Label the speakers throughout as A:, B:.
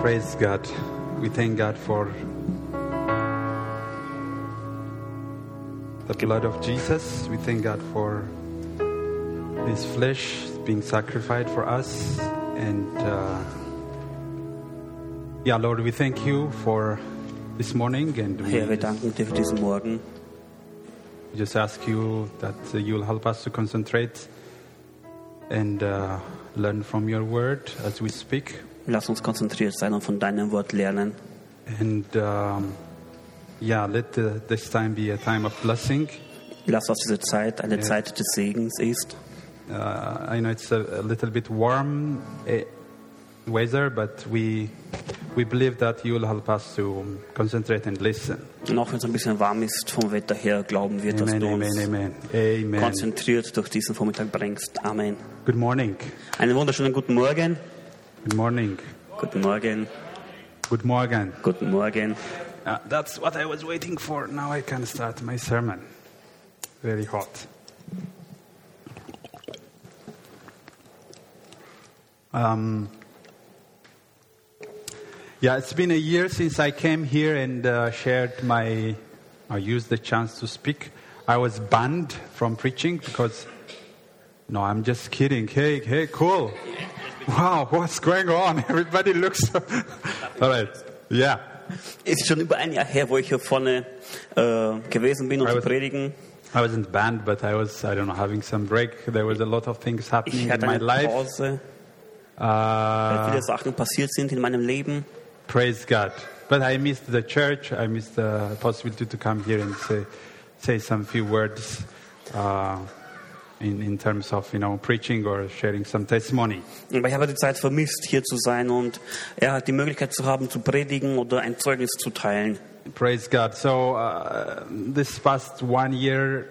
A: Praise God. We thank God for the blood of Jesus. We thank God for His flesh being sacrificed for us. And uh, yeah, Lord, we thank you for this morning. And we
B: Herr, wir danken dir für diesen Morgen.
A: just ask you that uh, you'll help us to concentrate and uh, learn from your word as we speak.
B: Lass uns konzentriert sein und von deinem Wort lernen.
A: And um, yeah, let uh, this time be a time of blessing.
B: Lass, dass diese Zeit eine Zeit des Segens ist.
A: Uh, I know it's a, a little bit warm eh, weather, but we we believe that you'll help us to concentrate and listen.
B: Und auch wenn es ein bisschen warm ist vom Wetter her, glauben wir, dass
A: Amen,
B: du uns
A: amen, amen, amen.
B: konzentriert durch diesen Vormittag bringst. Amen.
A: Good morning.
B: Einen wunderschönen guten Morgen.
A: Good morning.
B: Guten Morgen.
A: Good morning.
B: Guten Morgen.
A: Uh, that's what I was waiting for. Now I can start my sermon. Very hot. Um, yeah, it's been a year since I came here and uh, shared my. I used the chance to speak. I was banned from preaching because. No, I'm just kidding. Hey, hey, cool. Wow, what's going on? Everybody looks. So... All right. Yeah.
B: Es ist schon über ein Jahr her, wo ich hier vorne äh, gewesen bin, um zu
A: Aber-
B: predigen.
A: I wasn't banned, but I was, I don't know, having some break. There was a lot of things happening
B: Ich
A: in
B: hatte
A: my
B: eine
A: life.
B: Pause, weil
A: Uh,
B: viele Sachen passiert sind in meinem Leben.
A: praise God. But I missed the church. I missed the possibility to come here and say, say some few words uh, in, in terms of, you know, preaching or sharing some testimony.
B: Aber ich habe die Zeit vermisst, hier zu sein und ja, die Möglichkeit zu haben, zu predigen oder ein Zeugnis zu teilen.
A: Praise God. So uh, this past one year,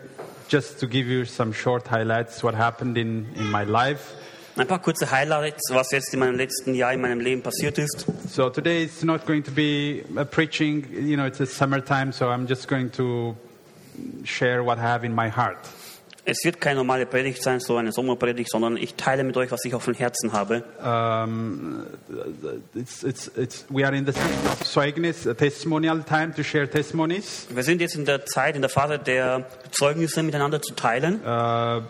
A: just to give you some short highlights, what happened in, in my life.
B: Ein paar kurze Highlights, was jetzt in meinem letzten Jahr in meinem Leben passiert ist.
A: So today it's not going to be a preaching, you know, it's a summertime, so I'm just going to share what I have in my heart.
B: Es wird keine normale Predigt sein, so eine Sommerpredigt, sondern ich teile mit euch, was ich auf dem Herzen habe.
A: Um, it's, it's, it's, we are in the season of Zeugnis, a testimonial time to share testimonies.
B: Wir sind jetzt in der Zeit, in der Phase der Zeugnisse miteinander zu teilen.
A: Uh,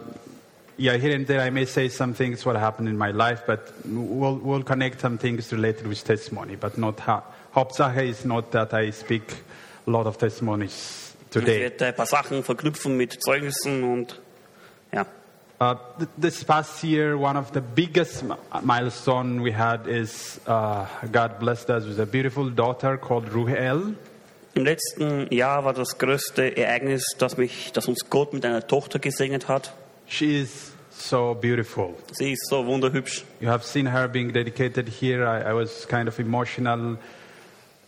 A: yeah, here and there I may say some things what happened in my life, but we'll, we'll connect some things related with testimony, but not ha- Hauptsache is not that I speak a lot of testimonies
B: Ich
A: today.
B: werde ein paar Sachen verknüpfen mit Zeugnissen und ja.
A: Uh, th- this past year, one of the biggest mi- milestone we had is uh, God blessed us with a beautiful daughter called Ruhel.
B: Im letzten Jahr war das größte Ereignis, dass mich, dass uns Gott mit einer Tochter gesegnet hat.
A: She is so beautiful.
B: Sie ist so wunderhübsch.
A: You have seen her being dedicated here. I, I was kind of emotional.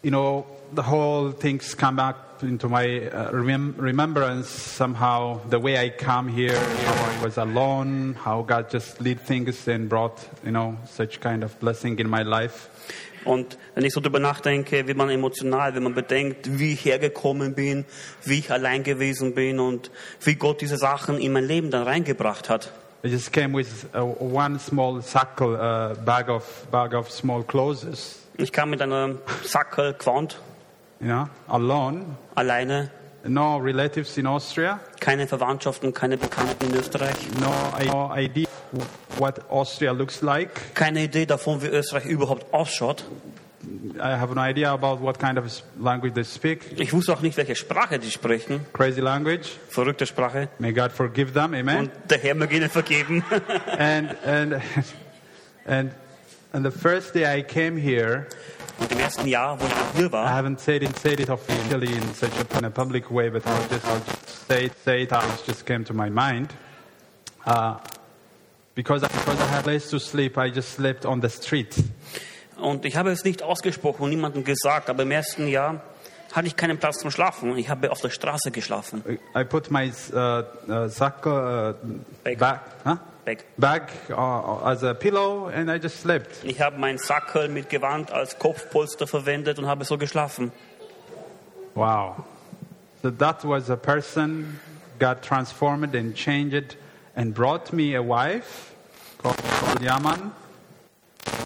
A: You know, the whole things come back into my uh, remem- remembrance somehow. The way I come here, how I was alone, how God just lead things and brought, you know, such kind of blessing in my life.
B: Und wenn ich so drüber nachdenke, wird man emotional, wenn man bedenkt, wie ich hergekommen bin, wie ich allein gewesen bin und wie Gott diese Sachen in mein Leben dann reingebracht hat.
A: I just came with uh, one small sackle, uh, bag of bag of small clothes,
B: Ich kam mit einer Sackel Quant
A: you know, alone.
B: alleine,
A: No relatives in Austria.
B: keine Verwandtschaften, keine Bekannten in Österreich,
A: No, I- no idea what Austria looks like.
B: keine Idee davon, wie Österreich überhaupt ausschaut.
A: I have no idea about what kind of s- language they speak.
B: Ich wusste auch nicht, welche Sprache die sprechen.
A: Crazy language.
B: Verrückte Sprache.
A: May God forgive them. Amen.
B: Und der Herr möge ihnen vergeben.
A: And and and and the first day I came here,
B: Und im ersten Jahr, wo ich hier
A: I
B: war,
A: haven't said it said it officially in such a, in a public way, but I'll just, I'll just say it, say it how it just came to my mind. Uh, because, I, because I had a place to sleep, I just slept on the street.
B: Und ich habe es nicht ausgesprochen und niemandem gesagt, aber im ersten Jahr hatte ich keinen Platz zum Schlafen. Ich habe auf der Straße geschlafen.
A: I put my uh, uh, sack, uh,
B: Bag.
A: bag, huh?
B: Weg.
A: bag uh, as a pillow and I just slept.
B: Ich habe meinen Sackel mit Gewand als Kopfpolster verwendet und habe so geschlafen.
A: Wow. So that was a person God transformed and changed and brought me a wife called Yaman.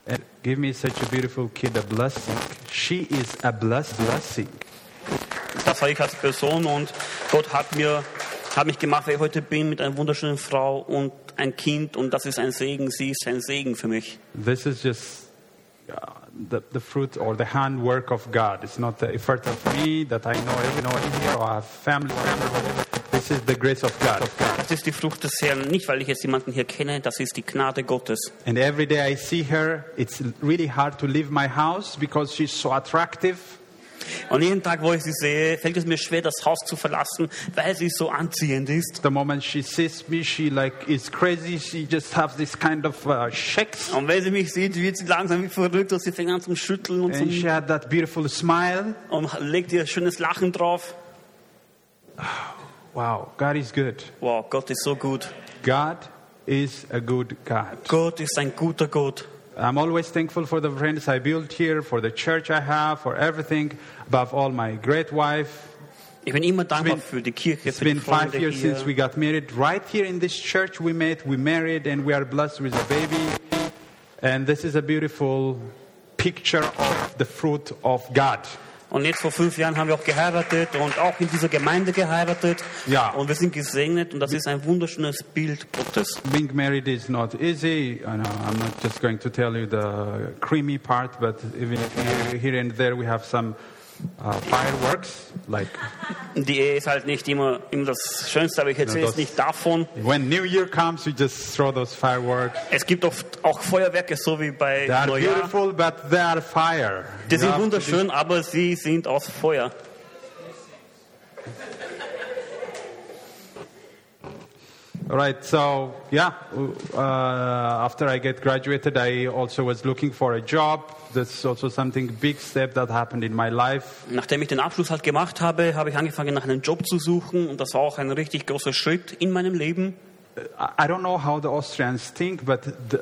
A: And give me such a beautiful kid, a blessing. She is a blessed blessing.
B: Das war ich als Person und Gott hat mir hat mich gemacht, wer ich heute bin, mit einer wunderschönen Frau und ein Kind und das ist ein Segen, sie ist ein Segen für mich.
A: This is just uh, the, the fruit or the handwork of God. It's not the effort of me that I know every know here or have family. whatever. This is the grace of God.
B: Das ist die Frucht des Herrn, nicht weil ich jetzt jemanden hier kenne, das ist die Gnade Gottes.
A: And every day I see her, it's really hard to leave my house because she's so attractive.
B: Und jeden Tag, wo ich sie sehe, fällt es mir schwer, das Haus zu verlassen, weil sie so anziehend ist.
A: The moment she sees me, she like is crazy. She just has this kind of uh, shakes.
B: Und wenn sie mich sieht, wird sie langsam wie verrückt und sie fängt an zum Schütteln und,
A: And
B: zum,
A: she had that beautiful smile.
B: und legt ihr schönes Lachen drauf.
A: Wow, God is good.
B: Wow, Gott ist so gut.
A: God is a good God.
B: Gott ist ein guter Gott.
A: I'm always thankful for the friends I built here, for the church I have, for everything. Above all, my great wife.
B: Ich bin immer dankbar
A: been-
B: für die Kirche,
A: It's
B: für die
A: been five
B: Freunde
A: years since we
B: hier.
A: got married. Right here in this church, we met, we married, and we are blessed with a baby. And this is a beautiful picture of the fruit of God.
B: Und jetzt vor fünf Jahren haben wir auch geheiratet und auch in dieser Gemeinde geheiratet.
A: Ja.
B: Und wir sind gesegnet und das ist ein wunderschönes Bild Gottes.
A: Being married is not easy. I know, I'm not just going to tell you the creamy part, but even here, here and there we have some uh, fireworks, like
B: Die Ehe ist halt nicht immer, immer das Schönste, aber ich
A: Na,
B: erzähle jetzt
A: das-
B: nicht davon.
A: when New Year comes, you just throw those fireworks.
B: Es gibt oft auch Feuerwerke, so wie bei
A: They are
B: Neujahr.
A: beautiful, but they are fire.
B: Die
A: You
B: sind
A: have to
B: wunderschön, aber sie sind aus Feuer.
A: be- All right, so yeah, uh, after I get graduated, I also was looking for a job. That's also something big step that happened in my life.
B: Nachdem ich den Abschluss halt gemacht habe, habe ich angefangen, nach einem Job zu suchen. Und das war auch ein richtig großer Schritt in meinem Leben.
A: I I don't know how the Austrians think, but the,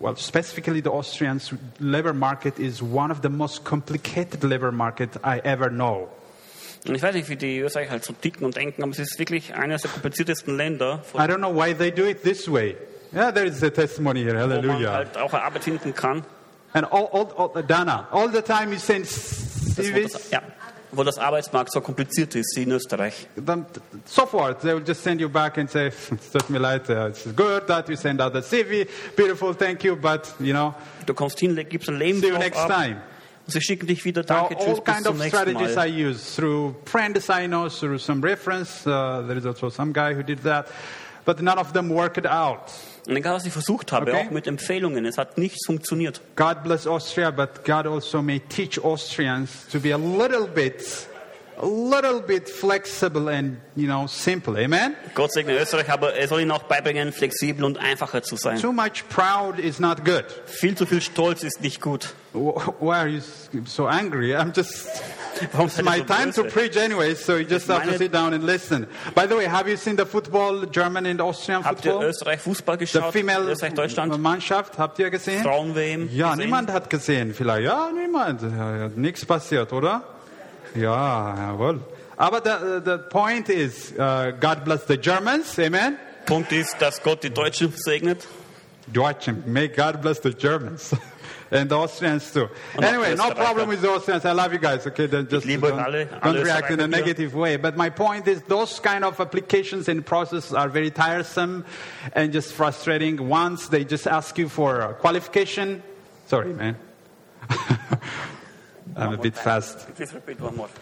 A: well, specifically the Austrians labor market is one of the most complicated labor market I ever know.
B: Und ich weiß nicht, wie die Österreicher halt so ticken und denken, aber es ist wirklich eines der kompliziertesten Länder, wo
A: I don't know why they do it this way. Yeah, there is a testimony here.
B: man
A: Hallelujah.
B: halt auch Arbeit finden kann.
A: And all, all, all Dana, all the time you send
B: Das, wo, das,
A: CVs,
B: ja, wo das Arbeitsmarkt so kompliziert ist wie in Österreich.
A: then so forth. They will just send you back and say, "It's took me light. uh, It's good that you send out the CV. Beautiful, thank you, but you know,
B: Du kommst hin, le- gibst ein Leben
A: see you
B: drauf
A: next
B: ab.
A: time."
B: Und sie schicken dich wieder,
A: So
B: danke, tschüss,
A: all
B: bis
A: kind
B: zum
A: of
B: nächsten
A: strategies I
B: Mal.
A: use through friends I know, through some reference. Uh, there is also some guy who did that, but none of them worked out.
B: Und egal, was ich versucht habe,
A: Okay.
B: auch mit Empfehlungen, es hat nichts funktioniert.
A: God bless Austria, but God also may teach Austrians to be a little bit, a little bit flexible and you know simple. Amen.
B: Gott segne Österreich, aber er soll ihnen auch beibringen, flexibel und einfacher zu sein.
A: Too much proud is not good.
B: Viel zu viel Stolz ist nicht gut.
A: Wh- Why are you s- so angry? I'm just.
B: Warum
A: It's my time to preach anyway, so you just have to sit down and listen. By the way, have you seen the football, German and Austrian
B: Habt ihr
A: football?
B: Österreich Fußball
A: The
B: geschaut?
A: female
B: Österreich Deutschland
A: Mannschaft, habt ihr gesehen?
B: Frauen-WM?
A: Ja,
B: gesehen?
A: niemand hat gesehen, vielleicht. Ja, niemand. Ja, ja, Nichts passiert, oder? Ja, jawohl. Aber the, the point is, uh, God bless the Germans, amen?
B: Punkt ist, dass Gott die Deutschen segnet.
A: Deutschen, may God bless the Germans. And the Austrians too.
B: Und auch
A: anyway,
B: die
A: no
B: Österreicher.
A: problem with the Austrians. I love you guys. Okay, then just
B: liebe
A: don't,
B: alle- alle
A: don't react in
B: Österreicher
A: a
B: hier.
A: negative way. But my point is, those kind of applications and processes are very tiresome and just frustrating. Once they just ask you for a qualification. Sorry, man. I'm a bit fast.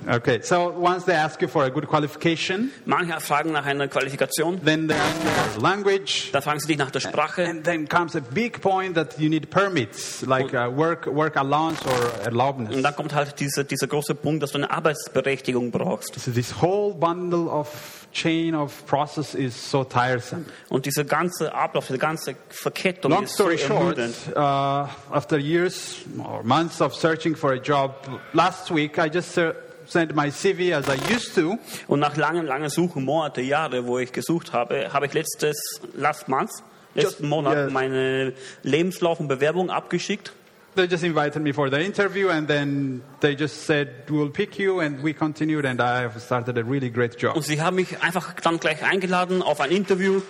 A: Okay, so once they ask you for a good qualification,
B: Manche fragen nach einer Qualifikation,
A: then they ask you for language.
B: dann fragen sie dich nach der Sprache.
A: And then comes a big point that you need permits, like uh, work, work allowance or
B: Und
A: erlaubnis.
B: dann kommt halt dieser, dieser große Punkt, dass du eine Arbeitsberechtigung brauchst.
A: So this whole bundle of chain of process is so tiresome.
B: Und dieser ganze Ablauf, diese ganze Verkettung
A: Long
B: ist so
A: story short,
B: ermüdend.
A: uh, after years or months of searching for a job, last week I just uh, sent my CV as I used to,
B: Und nach langen, langen Suchen, Monate, Jahre, wo ich gesucht habe, habe ich letztes, last month, letzten
A: Just-
B: Monat
A: yes.
B: meine Lebenslauf und Bewerbung abgeschickt.
A: They just invited me for the interview, and then they just said, we'll pick you, and we continued, and I have started a really great
B: Und
A: job.
B: sie haben mich einfach dann gleich eingeladen auf ein Interview.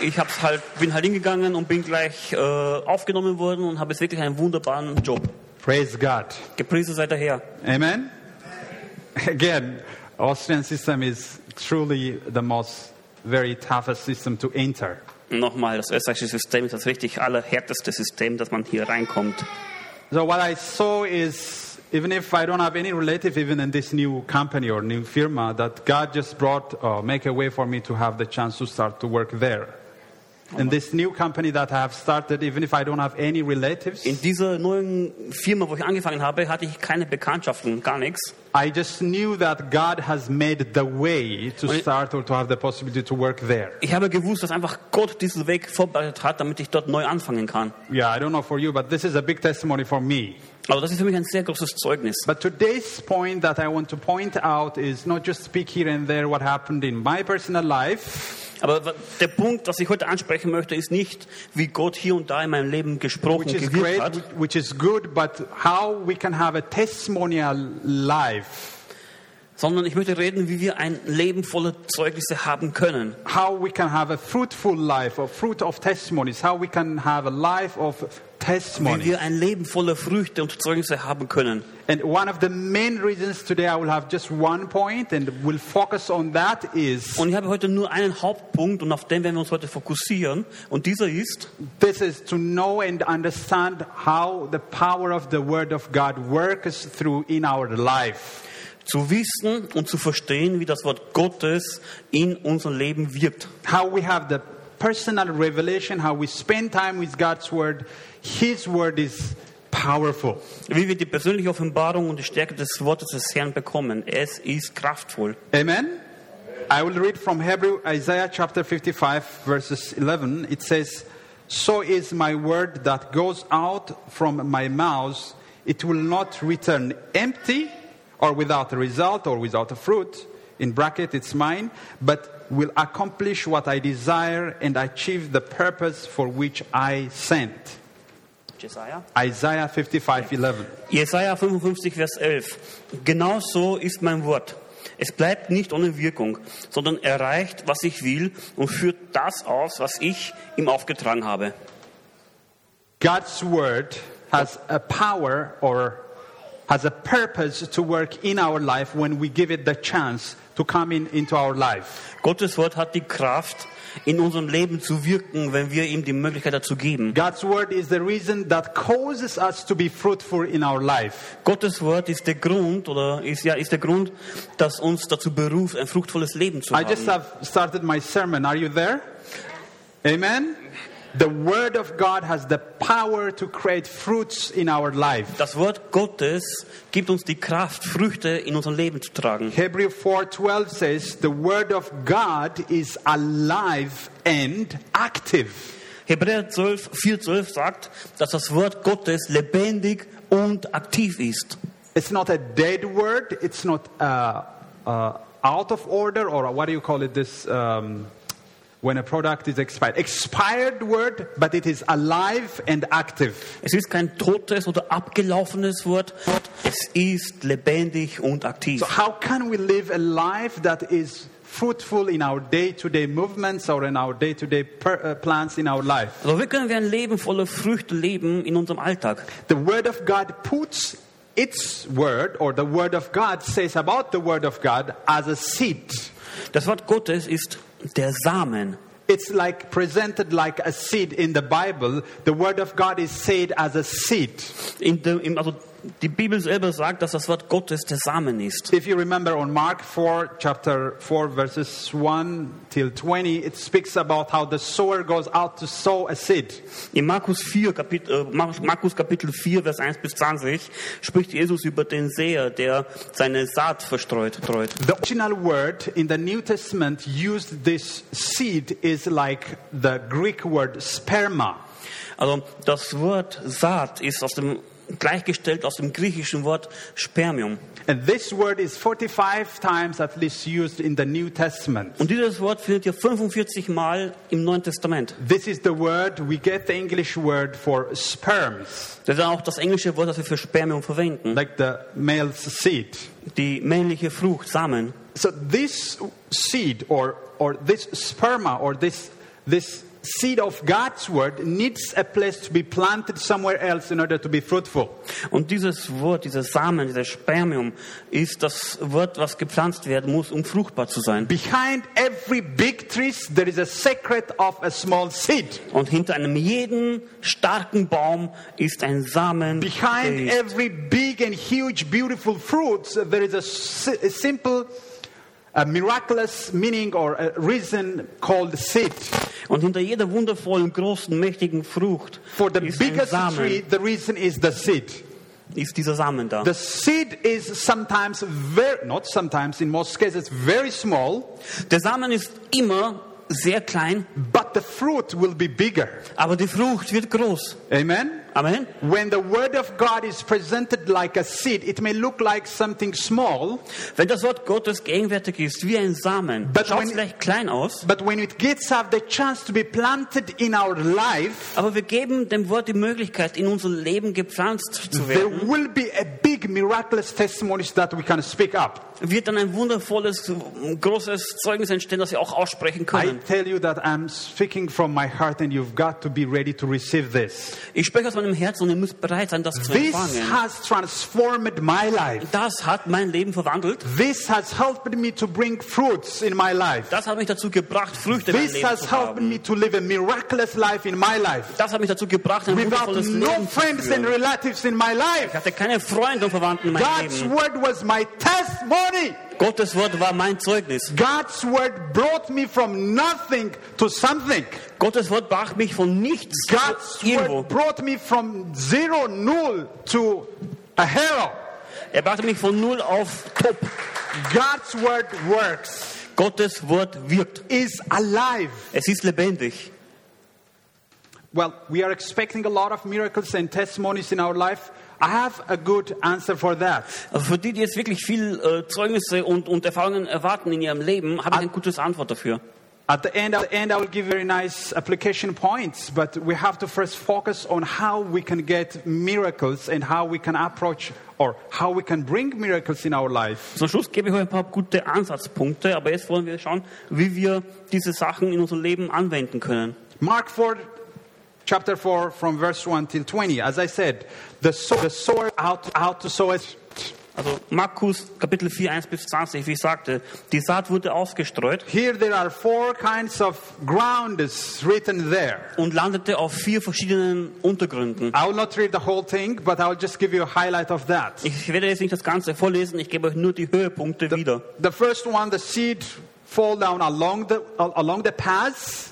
B: Ich hab's halt, bin halt hingegangen und bin gleich äh, aufgenommen worden und habe jetzt wirklich einen wunderbaren Job.
A: Praise God.
B: Gepriesen sei der Herr.
A: Amen? Again, Austrian system is truly the most, very toughest system to enter.
B: Nochmal, das österreichische System ist das richtig allerhärteste System, dass man hier reinkommt.
A: So what I saw is, even if I don't have any relative even in this new company or new firma, that God just brought, uh, make a way for me to have the chance to start to work there. In this new company that I have started, even if I don't have any relatives,
B: In dieser neuen Firma, wo ich angefangen habe, hatte ich keine Bekanntschaften, gar nichts.
A: I just knew that God has made the way to
B: Well-
A: start or to have the possibility to work there.
B: Ich habe gewusst, dass einfach Gott diesen Weg vorbereitet hat, damit ich dort neu anfangen kann.
A: Yeah, I don't know for you, but this is a big testimony for me.
B: Also das ist für mich ein sehr großes Zeugnis.
A: But today's point that I want to point out is not just speak here and there what happened in my personal life,
B: Aber w- der Punkt, was ich heute ansprechen möchte, ist nicht, wie Gott hier und da in meinem Leben gesprochen
A: which is
B: gewirkt
A: great,
B: hat,
A: which is good, but how we can have a testimonial life,
B: sondern ich möchte reden, wie wir ein Leben voller Zeugnisse haben können.
A: how we can have a fruitful life or fruit of testimonies, how we can have a life of
B: Wie
A: testimony.
B: wir ein Leben voller Früchte und Zeugnisse haben können.
A: And one of the main reasons today I will have just one point and we'll focus on that is
B: Und ich habe heute nur einen Hauptpunkt und auf den werden wir uns heute fokussieren. Und dieser ist,
A: this is to know and understand how the power of the word of God works through in our life.
B: zu wissen und zu verstehen, wie das Wort Gottes in unserem Leben wirkt.
A: how we have the personal revelation, how we spend time with God's word. His word is powerful.
B: Wie wir die persönliche Offenbarung und die Stärke des Wortes des Herrn bekommen. Es ist kraftvoll.
A: Amen. I will read from Hebrew Isaiah chapter 55 verses 11. It says, "So is my word that goes out from my mouth; it will not return empty or without a result or without a fruit." In bracket it's mine, but will accomplish what I desire and achieve the purpose for which I sent.
B: Jesaja?
A: Isaiah 55 11.
B: Jesaja 55, Vers 11. Genau so ist mein Wort. Es bleibt nicht ohne Wirkung, sondern erreicht, was ich will und führt das aus, was ich ihm aufgetragen habe.
A: God's word has a power or has a purpose to work in our life when we give it the chance to come in into our life.
B: Gottes Wort hat die Kraft, in unserem Leben zu wirken, wenn wir ihm die Möglichkeit dazu geben.
A: God's word is the reason that causes us to be fruitful in our life.
B: Gottes Wort ist der Grund, oder ist ja, ist der Grund, das uns dazu beruft, ein fruchtvolles Leben zu
A: I just
B: haben.
A: have started my sermon. Are you there? Amen. The word of God has the power to create fruits in our life.
B: Das Wort Gottes gibt uns die Kraft, Früchte in unserem Leben zu tragen.
A: Hebrew 4:12 says the word of God is alive and active.
B: Hebräer 12, 4,12 sagt, dass das Wort Gottes lebendig und aktiv ist.
A: It's not a dead word. It's not uh, uh, out of order, or what do you call it? This um, when a product is expired, expired word, but it is alive and active.
B: Es ist kein totes oder abgelaufenes Wort, es ist lebendig und aktiv.
A: So how can we live a life that is fruitful in our day-to-day movements or in our day-to-day per, uh, plans in our life?
B: Also wie können wir ein Leben voller Früchte leben in unserem Alltag?
A: The Word of God puts its word, or the Word of God says about the Word of God as a seed.
B: Das Wort Gottes ist der Samen.
A: It's like presented like a seed in the Bible. The word of God is said as a seed.
B: In dem, im, also die Bibel selber sagt, dass das Wort Gottes der Samen ist.
A: If you remember on Mark 4, chapter 4, verses 1 till 20, it speaks about how the sower goes out to sow a seed.
B: In Markus, 4, Kapit äh, Mar- Markus Kapitel 4, Vers 1 bis 20 spricht Jesus über den Seher, der seine Saat verstreut. Treut.
A: The original word in the New Testament used this seed is like the Greek word sperma.
B: Also das Wort Saat ist aus dem gleichgestellt aus dem griechischen Wort Spermium.
A: And this word is 45 times at least used in the New Testament.
B: Und dieses Wort findet ihr 45 Mal im Neuen Testament.
A: This is the word we get the English word for sperms,
B: Das ist auch das englische Wort, das wir für Spermium verwenden.
A: like the male's seed.
B: Die männliche Frucht, Samen.
A: So this seed or, or this sperma or this, this seed of God's word needs a place to be planted somewhere else in order to be fruitful.
B: Und dieses Wort, dieses Samen, dieses Spermium ist das Wort, was gepflanzt werden muss, um fruchtbar zu sein.
A: Behind every big tree, there is a secret of a small seed.
B: Und hinter einem jeden starken Baum ist ein Samen.
A: Behind
B: der-
A: every big and huge, beautiful fruit, there is a, si- a simple, a miraculous meaning or a reason called seed.
B: Und hinter jeder wundervollen, großen, mächtigen Frucht
A: For the
B: ist ein
A: biggest
B: Samen,
A: tree, the reason is the seed.
B: ist dieser Samen da.
A: The seed is sometimes very, not sometimes, in most cases, very small,
B: Der Samen ist immer sehr klein,
A: but the fruit will be bigger.
B: aber die Frucht wird groß.
A: Amen?
B: Amen.
A: When the word of God is presented like a seed, it may look like something small,
B: Wenn das Wort Gottes gegenwärtig ist, wie ein Samen,
A: But
B: schaut
A: when-
B: vielleicht klein aus,
A: but when it gets have the chance to be planted in our life,
B: aber wir geben dem Wort die Möglichkeit, in unser Leben gepflanzt zu
A: There
B: werden,
A: will be a big miraculous testimonies that we can speak up.
B: wird dann ein wundervolles, großes Zeugnis entstehen, das wir auch aussprechen
A: I
B: können.
A: tell you that I'm speaking from my heart and you've got to be ready to receive this.
B: Ich spreche aus meinem Herzen und ihr müsst bereit sein, das zu
A: This
B: empfangen.
A: has transformed my life.
B: Das hat mein Leben verwandelt.
A: This has helped me to bring fruits in my life.
B: Das hat mich dazu gebracht, Früchte in meinem
A: This
B: Leben
A: has
B: zu
A: helped
B: haben.
A: me to live a miraculous life in my life.
B: Das hat mich dazu gebracht, ein
A: Without
B: wundervolles
A: no
B: Leben zu
A: friends and
B: führen.
A: relatives in my
B: Ich
A: life.
B: hatte keine Freunde und Verwandten in meinem
A: God's
B: Leben.
A: word was my testimony.
B: Gottes Wort war mein Zeugnis.
A: God's word brought me from nothing to something.
B: Gottes Wort brachte mich von nichts zu
A: God's
B: irgendwo.
A: word brought me from zero, null to a hero.
B: Er brachte mich von null auf top.
A: God's word works,
B: Gottes Wort wirkt.
A: is alive.
B: Es ist lebendig.
A: Well, we are expecting a lot of miracles and testimonies in our life. I have a good answer for that.
B: Also für die, die jetzt wirklich viel äh, Zeugnisse und, und Erfahrungen erwarten in ihrem Leben, habe ich ein gutes Antwort dafür.
A: At the end, at the end, I will give very nice application points, but we have to first focus on how we can get miracles and how we can approach or how we can bring miracles in our life.
B: Zum Schluss gebe ich euch ein paar gute Ansatzpunkte, aber jetzt wollen wir schauen, wie wir diese Sachen in unser Leben anwenden können.
A: Mark 4, chapter 4, from verse 1 till 20. As I said, the, so- the sower out, out to sow is.
B: Also Markus Kapitel 4, 1 bis 20, wie ich sagte, die Saat wurde ausgestreut
A: Here there are four kinds of grounds written there.
B: und landete auf vier verschiedenen Untergründen.
A: I will not read the whole thing, but I will just give you a highlight of that.
B: Ich werde jetzt nicht das Ganze vorlesen, ich gebe euch nur die Höhepunkte wieder.
A: The first one, the seed fall down along the, al- along the paths.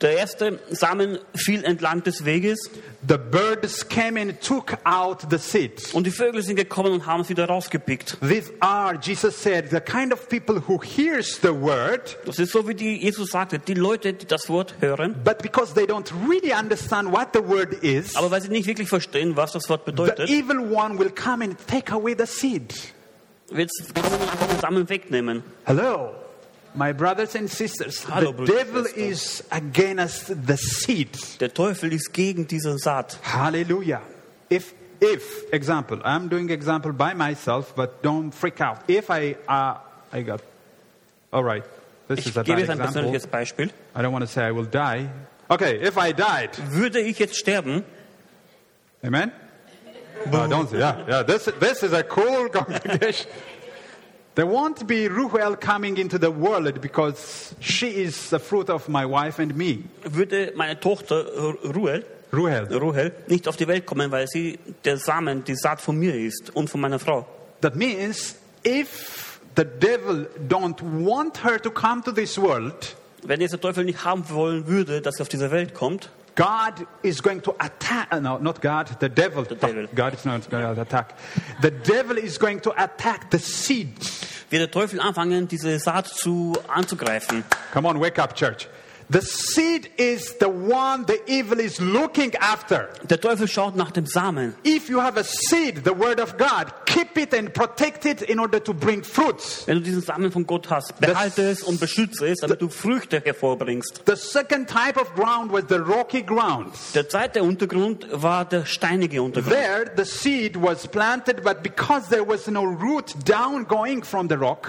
B: Der erste Samen fiel entlang des Weges
A: The birds came and took out the seed.
B: und die Vögel sind gekommen und haben es wieder rausgepickt.
A: These are, Jesus said, the kind of people who hears the word,
B: Das ist so, wie die Jesus sagte, die Leute, die das Wort hören,
A: but because they don't really understand what the word is,
B: aber weil sie nicht wirklich verstehen, was das Wort
A: the
B: bedeutet,
A: evil one will come and take away the seed.
B: wird es einfach den Samen wegnehmen.
A: Hello, my brothers and sisters.
B: Hallo,
A: the
B: Brüder und
A: devil
B: Schwestern.
A: is against the seed.
B: Der Teufel ist gegen diese Saat.
A: Hallelujah. If if example, I'm doing example by myself, but don't freak out. If I uh, I got all right. This
B: Ich
A: is a
B: gebe
A: bad
B: jetzt ein
A: example.
B: persönliches Beispiel.
A: I don't want to say I will die. Okay, if I died,
B: Würde ich jetzt sterben,
A: amen. No, don't say. Yeah, yeah. This this is a cool congregation. There won't be Ruhel coming into the world because she is the fruit of my wife and me.
B: würde meine Tochter äh, Ruhel,
A: Ruhel.
B: Ruhel nicht auf die Welt kommen, weil sie der Samen, die Saat von mir ist und von meiner Frau.
A: That means if the devil don't want her to come to this world,
B: Wenn jetzt der Teufel nicht haben wollen würde, dass sie auf diese Welt kommt,
A: God is going to attack. uh, No, not God. The devil. The
B: devil.
A: God is not going to attack. The devil is going to attack the seed.
B: wird der Teufel anfangen, diese Saat zu anzugreifen.
A: Come on, wake up, church. The seed is the one the evil is looking after.
B: Der Teufel schaut nach dem Samen.
A: If you have a seed, the word of God, keep it and protect it in order to bring fruits.
B: Wenn du diesen Samen von Gott hast, behalte es und beschütze es, damit du Früchte hervorbringst.
A: The second type of ground was the rocky ground.
B: Der zweite Untergrund war der steinige Untergrund.
A: There, the seed was planted, but because there was no root down going from the rock,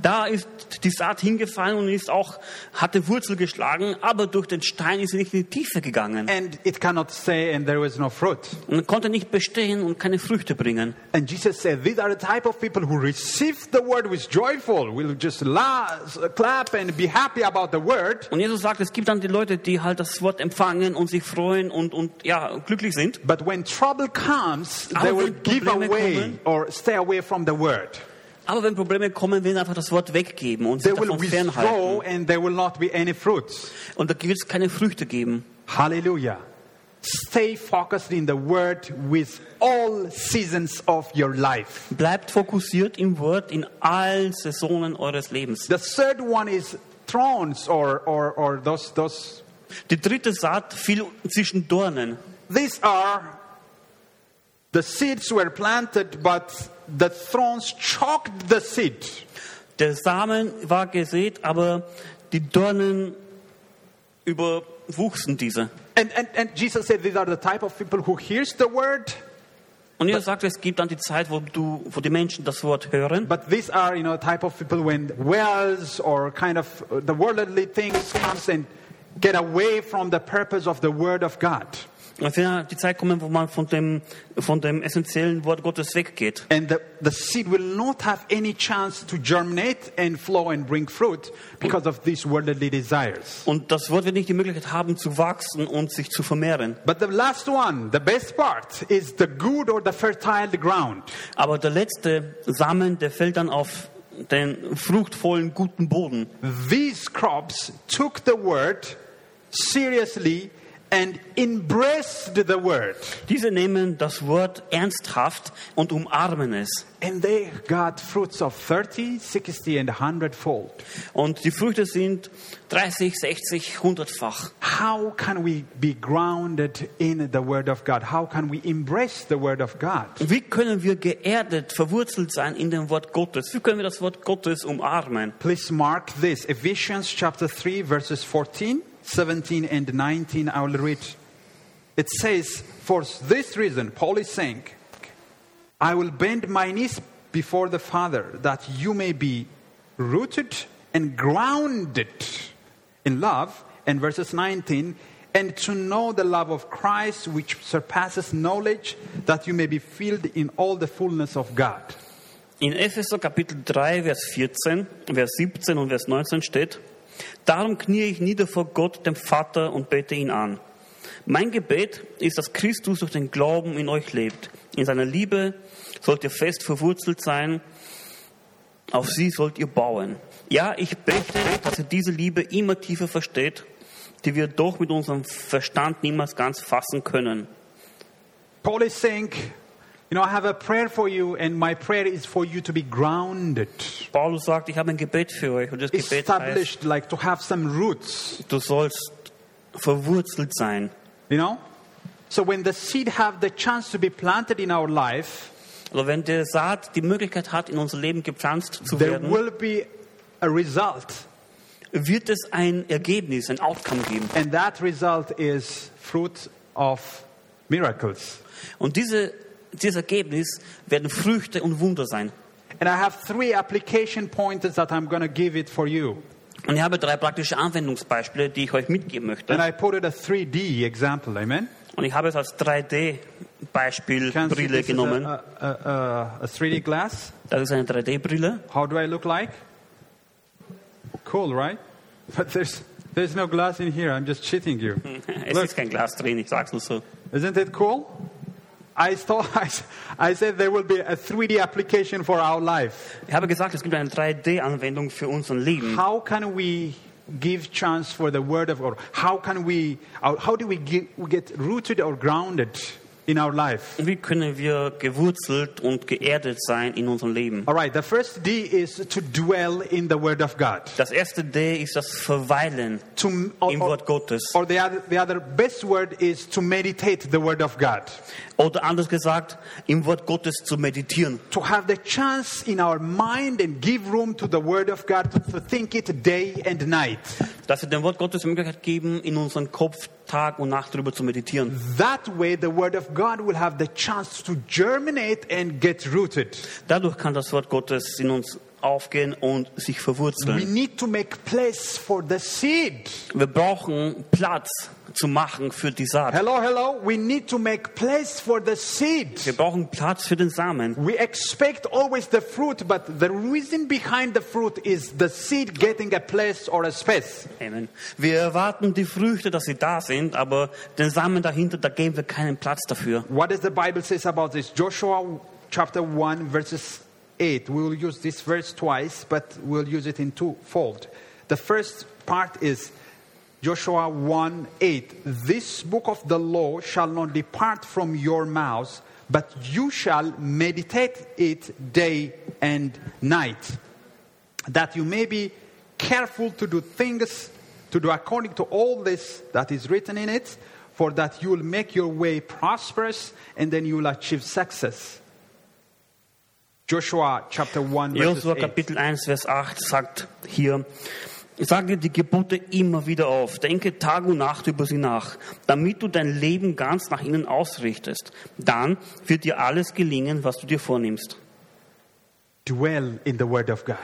B: Da ist die Saat hingefallen und ist auch, hatte Wurzel geschlagen, aber durch den Stein ist sie nicht in die Tiefe gegangen.
A: and it cannot stay, and there was no fruit.
B: Und konnte nicht bestehen und keine Früchte bringen.
A: And Jesus said, These are the type of people who receive the word with joyful, will just la- clap and be happy about the word.
B: Und Jesus sagt, es gibt dann die Leute, die halt das Wort empfangen und sich freuen und, und ja, glücklich sind.
A: But when trouble comes,
B: Aber
A: they will
B: wenn
A: give
B: Probleme
A: away
B: kommen-
A: or stay away from the word.
B: Aber wenn Probleme kommen, werden einfach das Wort weggeben und
A: They
B: sich
A: will
B: davon
A: withdraw
B: fernhalten.
A: and there will not be any fruits.
B: Und da wird es keine Früchte geben.
A: Hallelujah. Stay focused in the word with all seasons of your life.
B: Bleibt fokussiert im Wort in allen Saisonen eures Lebens.
A: The third one is thorns or, or, or those, those.
B: Die dritte Saat fiel zwischen Dornen.
A: These are the seeds were planted, but the thorns choked the seed.
B: Der Samen war gesät, aber die Dornen überwuchsen diese.
A: And, and, and Jesus said these are the type of people who hears the word,
B: Und Jesus sagt, es gibt dann die Zeit, wo, du, wo die Menschen das Wort hören.
A: but these are, you know, type of people when wells or kind of uh, the worldly things comes and get away from the purpose of the word of God.
B: Es wird dann die Zeit kommen, wo man von dem, von dem essentiellen Wort Gottes weggeht.
A: And the, the seed will not have any chance to germinate and flow and bring fruit because of these worldly desires.
B: Und das Wort wird nicht die Möglichkeit haben, zu wachsen und sich zu vermehren.
A: But the last one, the best part, is the good or the fertile ground.
B: Aber der letzte Samen, der fällt dann auf den fruchtvollen, guten Boden.
A: These crops took the word seriously and embraced the word.
B: Diese nehmen das Wort ernsthaft und umarmen es.
A: And they got fruits of 30, 60, and 100 fold.
B: Und die Früchte sind 30, 60, 100-fach.
A: How can we be grounded in the Word of God? How can we embrace the Word of God?
B: Wie können wir geerdet, verwurzelt sein in dem Wort Gottes? Wie können wir das Wort Gottes umarmen?
A: Please mark this Ephesians chapter 3, verses 14, 17, and 19. I will read. It says, For this reason, Paul is saying, I will bend my knees before the Father, that you may be rooted and grounded in love. And verses 19, and to know the love of Christ, which surpasses knowledge, that you may be filled in all the fullness of God.
B: In Epheser Kapitel 3, Vers 14, Vers 17 und Vers 19 steht, Darum knie ich nieder vor Gott, dem Vater, und bete ihn an. Mein Gebet ist, dass Christus durch den Glauben in euch lebt. In seiner Liebe sollt ihr fest verwurzelt sein, auf sie sollt ihr bauen. Ja, ich bete, dass ihr diese Liebe immer tiefer versteht, die wir doch mit unserem Verstand niemals ganz fassen können.
A: Paul is saying, you know, I have a prayer for you, and my prayer is for you to be grounded,
B: Paulus sagt, ich habe ein Gebet für euch und das Gebet heißt,
A: established, like to have some roots,
B: du sollst verwurzelt sein.
A: you know? So when the seed have the chance to be planted in our life,
B: Also wenn der Saat die Möglichkeit hat, in unser Leben gepflanzt zu
A: there
B: werden,
A: will be a result,
B: wird es ein Ergebnis, ein Outcome geben.
A: and that result is fruit of miracles.
B: Und diese, dieses Ergebnis werden Früchte und Wunder sein.
A: And I have three application pointers that I'm going to give it for you.
B: Und ich habe drei praktische Anwendungsbeispiele, die ich euch mitgeben
A: And
B: möchte.
A: I put it a 3D example, amen?
B: Und ich habe es als 3D-Beispiel
A: Can see
B: Brille
A: this is a,
B: genommen.
A: a, a, a- a 3D glass.
B: Das ist eine 3D-Brille.
A: How do I look like? Cool, right? But there's, there's no glass in here. I'm just cheating you.
B: Es
A: Look.
B: ist kein Glas drin, ich sag's nur so.
A: Isn't it cool? I, thought, I, s- I said there will be a 3D application for our life.
B: Ich habe gesagt, es gibt eine 3D-Anwendung für unser Leben.
A: How can we give chance uh, for the word of God? How can we, how how do we get, we get rooted or grounded? in our life?
B: Wie können wir gewurzelt und geerdet sein in unserem Leben?
A: All right, the first D is to dwell in the Word of God.
B: Das erste D ist das Verweilen
A: To, or,
B: im
A: or-
B: Wort Gottes.
A: or the, other, the other best word is to meditate the Word of God.
B: Oder anders gesagt, im Wort Gottes zu meditieren.
A: To have the chance in our mind and give room to the Word of God to think it day and night.
B: Dass wir dem Wort Gottes die Möglichkeit geben, in unseren Kopf Tag und Nacht darüber zu meditieren.
A: That way, the Word of God will have the chance to germinate and get rooted.
B: Dadurch kann das Wort Gottes in uns aufgehen und sich
A: We
B: verwurzeln.
A: need to make place for the seed.
B: Wir brauchen Platz zu machen für die Saat.
A: Hello, hello. We need to make place for the seed.
B: Wir brauchen Platz für den Samen.
A: We expect always the fruit, but the reason behind the fruit is the seed getting a place or a space.
B: Amen. Wir erwarten die Früchte, dass sie da sind, aber den Samen dahinter, da geben wir keinen Platz dafür.
A: What does the Bible says about this? Joshua chapter 1 verses 8. We will use this verse twice, but we'll use it in twofold. The first part is Joshua 1 8. This book of the law shall not depart from your mouth, but you shall meditate it day and night that you may be careful to do things to do according to all this that is written in it for that you will make your way prosperous and then you will achieve success joshua chapter 1 verse
B: Josua Kapitel 1, Vers 8 sagt hier, sage die Gebote immer wieder auf, denke Tag und Nacht über sie nach, damit du dein Leben ganz nach ihnen ausrichtest. Dann wird dir alles gelingen, was du dir vornimmst.
A: dwell in the word of god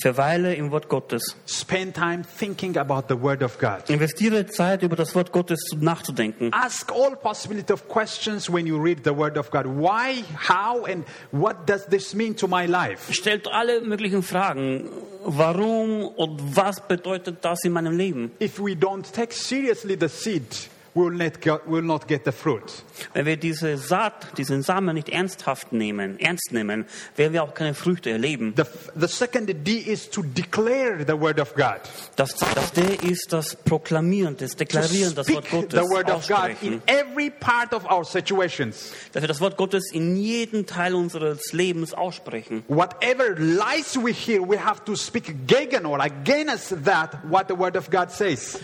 B: Verweile im Wort Gottes.
A: spend time thinking about the word of god
B: Investiere Zeit, über das Wort Gottes nachzudenken.
A: ask all possibility of questions when you read the word of god why how and what does this mean to my life
B: Stellt alle möglichen Fragen. Warum und was bedeutet das in meinem Leben?
A: if we don't take seriously the seed we will not get, we will not get the fruit
B: Wenn wir diese Saat, diesen Samen nicht ernsthaft nehmen, ernst nehmen, werden wir auch keine Früchte erleben.
A: The, the second D is to declare the word of God.
B: Das, das D ist das Proklamieren, das
A: To
B: Deklarieren, das
A: speak
B: Wort Gottes
A: the word of God in
B: aussprechen.
A: every part of our situations.
B: Dass wir das Wort Gottes in jedem Teil unseres Lebens aussprechen.
A: Whatever lies we hear, we have to speak gegen or against that what the word of God says.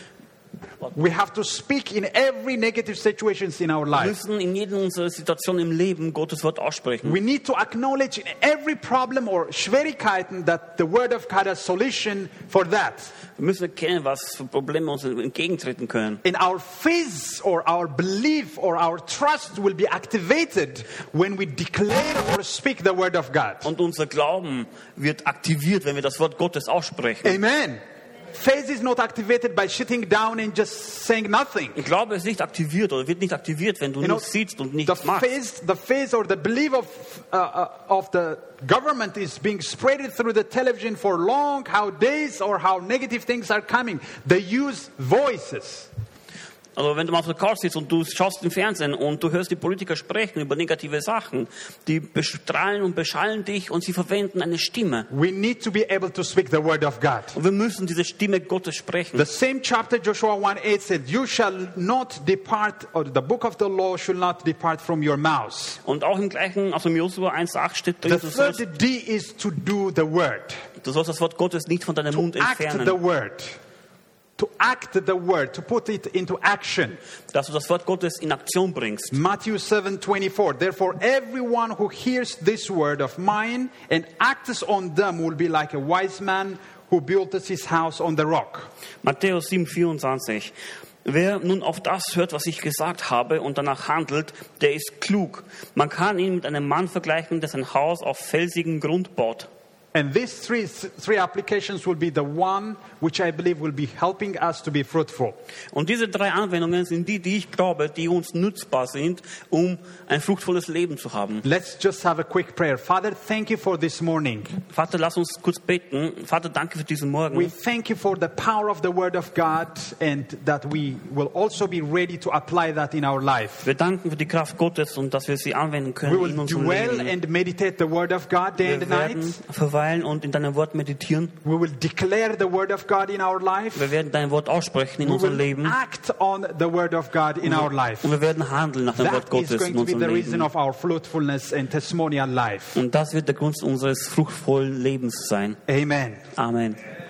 A: We have to speak in every negative situations in our
B: Wir
A: life.
B: müssen in jeder unserer Situation im Leben Gottes Wort aussprechen.
A: We need to acknowledge in every problem or Schwierigkeiten that the word of God has solution for that.
B: Wir müssen erkennen, was für Probleme uns entgegentreten können.
A: And our faith or our belief or our trust will be activated when we declare or speak the word of God.
B: Und unser Glauben wird aktiviert, wenn wir das Wort Gottes aussprechen.
A: Amen. Faith is not activated by sitting down and just saying nothing.
B: Ich glaube, es ist nicht aktiviert oder wird nicht aktiviert, wenn du
A: You know,
B: nichts siehst und
A: the
B: nichts machst.
A: faith, the faith or the belief of, uh, uh, of the government is being spreaded through the television for long, how days or how negative things are coming. They use voices.
B: Also wenn du mal auf der Couch sitzt und du schaust im Fernsehen und du hörst die Politiker sprechen über negative Sachen, die bestrahlen und beschallen dich und sie verwenden eine Stimme.
A: We need to be able to speak the word of God.
B: Und wir müssen diese Stimme Gottes sprechen.
A: The same chapter, Joshua 1 8 said, You shall not depart, or the book of the law shall not depart from your mouth.
B: Und auch im gleichen, also im Josua 1,8 steht drin,
A: The
B: du sollst,
A: third D is to do the word,
B: du sollst das Wort Gottes nicht von deinem Mund
A: act the
B: entfernen.
A: word. To act the word, to put it into action.
B: Dass du das Wort Gottes in Aktion bringst.
A: Matthew seven twenty four. Therefore, everyone who hears this word of mine and acts on them will be like a wise man who built his house on the rock.
B: Matthäus 7,24. Wer nun auf das hört, was ich gesagt habe und danach handelt, der ist klug. Man kann ihn mit einem Mann vergleichen, der sein Haus auf felsigen Grund baut.
A: And these three, three applications will be the one which I believe will be helping us to be fruitful.
B: Und diese drei Anwendungen sind die, die ich glaube, die uns nutzbar sind, um ein fruchtvolles Leben zu haben.
A: Let's just have a quick prayer. Father, thank you for this morning.
B: Vater, lass uns kurz beten. Vater, danke für diesen
A: We
B: Morgen.
A: thank you for the power of the Word of God and that we will also be ready to apply that in our life.
B: Wir danken für die Kraft Gottes und dass wir sie anwenden
A: We
B: können in
A: will
B: unserem
A: dwell
B: Leben.
A: and meditate the Word of God day and
B: Wir werden
A: night.
B: verweilen und in deinem Wort meditieren.
A: We will declare the word of God in our life.
B: Wir werden dein Wort aussprechen in
A: We
B: unserem
A: will
B: Leben
A: act on the word of God in our life.
B: und wir werden handeln nach dem
A: That
B: Wort
A: is
B: Gottes in
A: going to be
B: unserem
A: the reason
B: Leben.
A: of our fruitfulness and
B: Mm.
A: testimonial life.
B: Und das wird der Grund unseres fruchtvollen Lebens sein.
A: Amen.
B: Amen.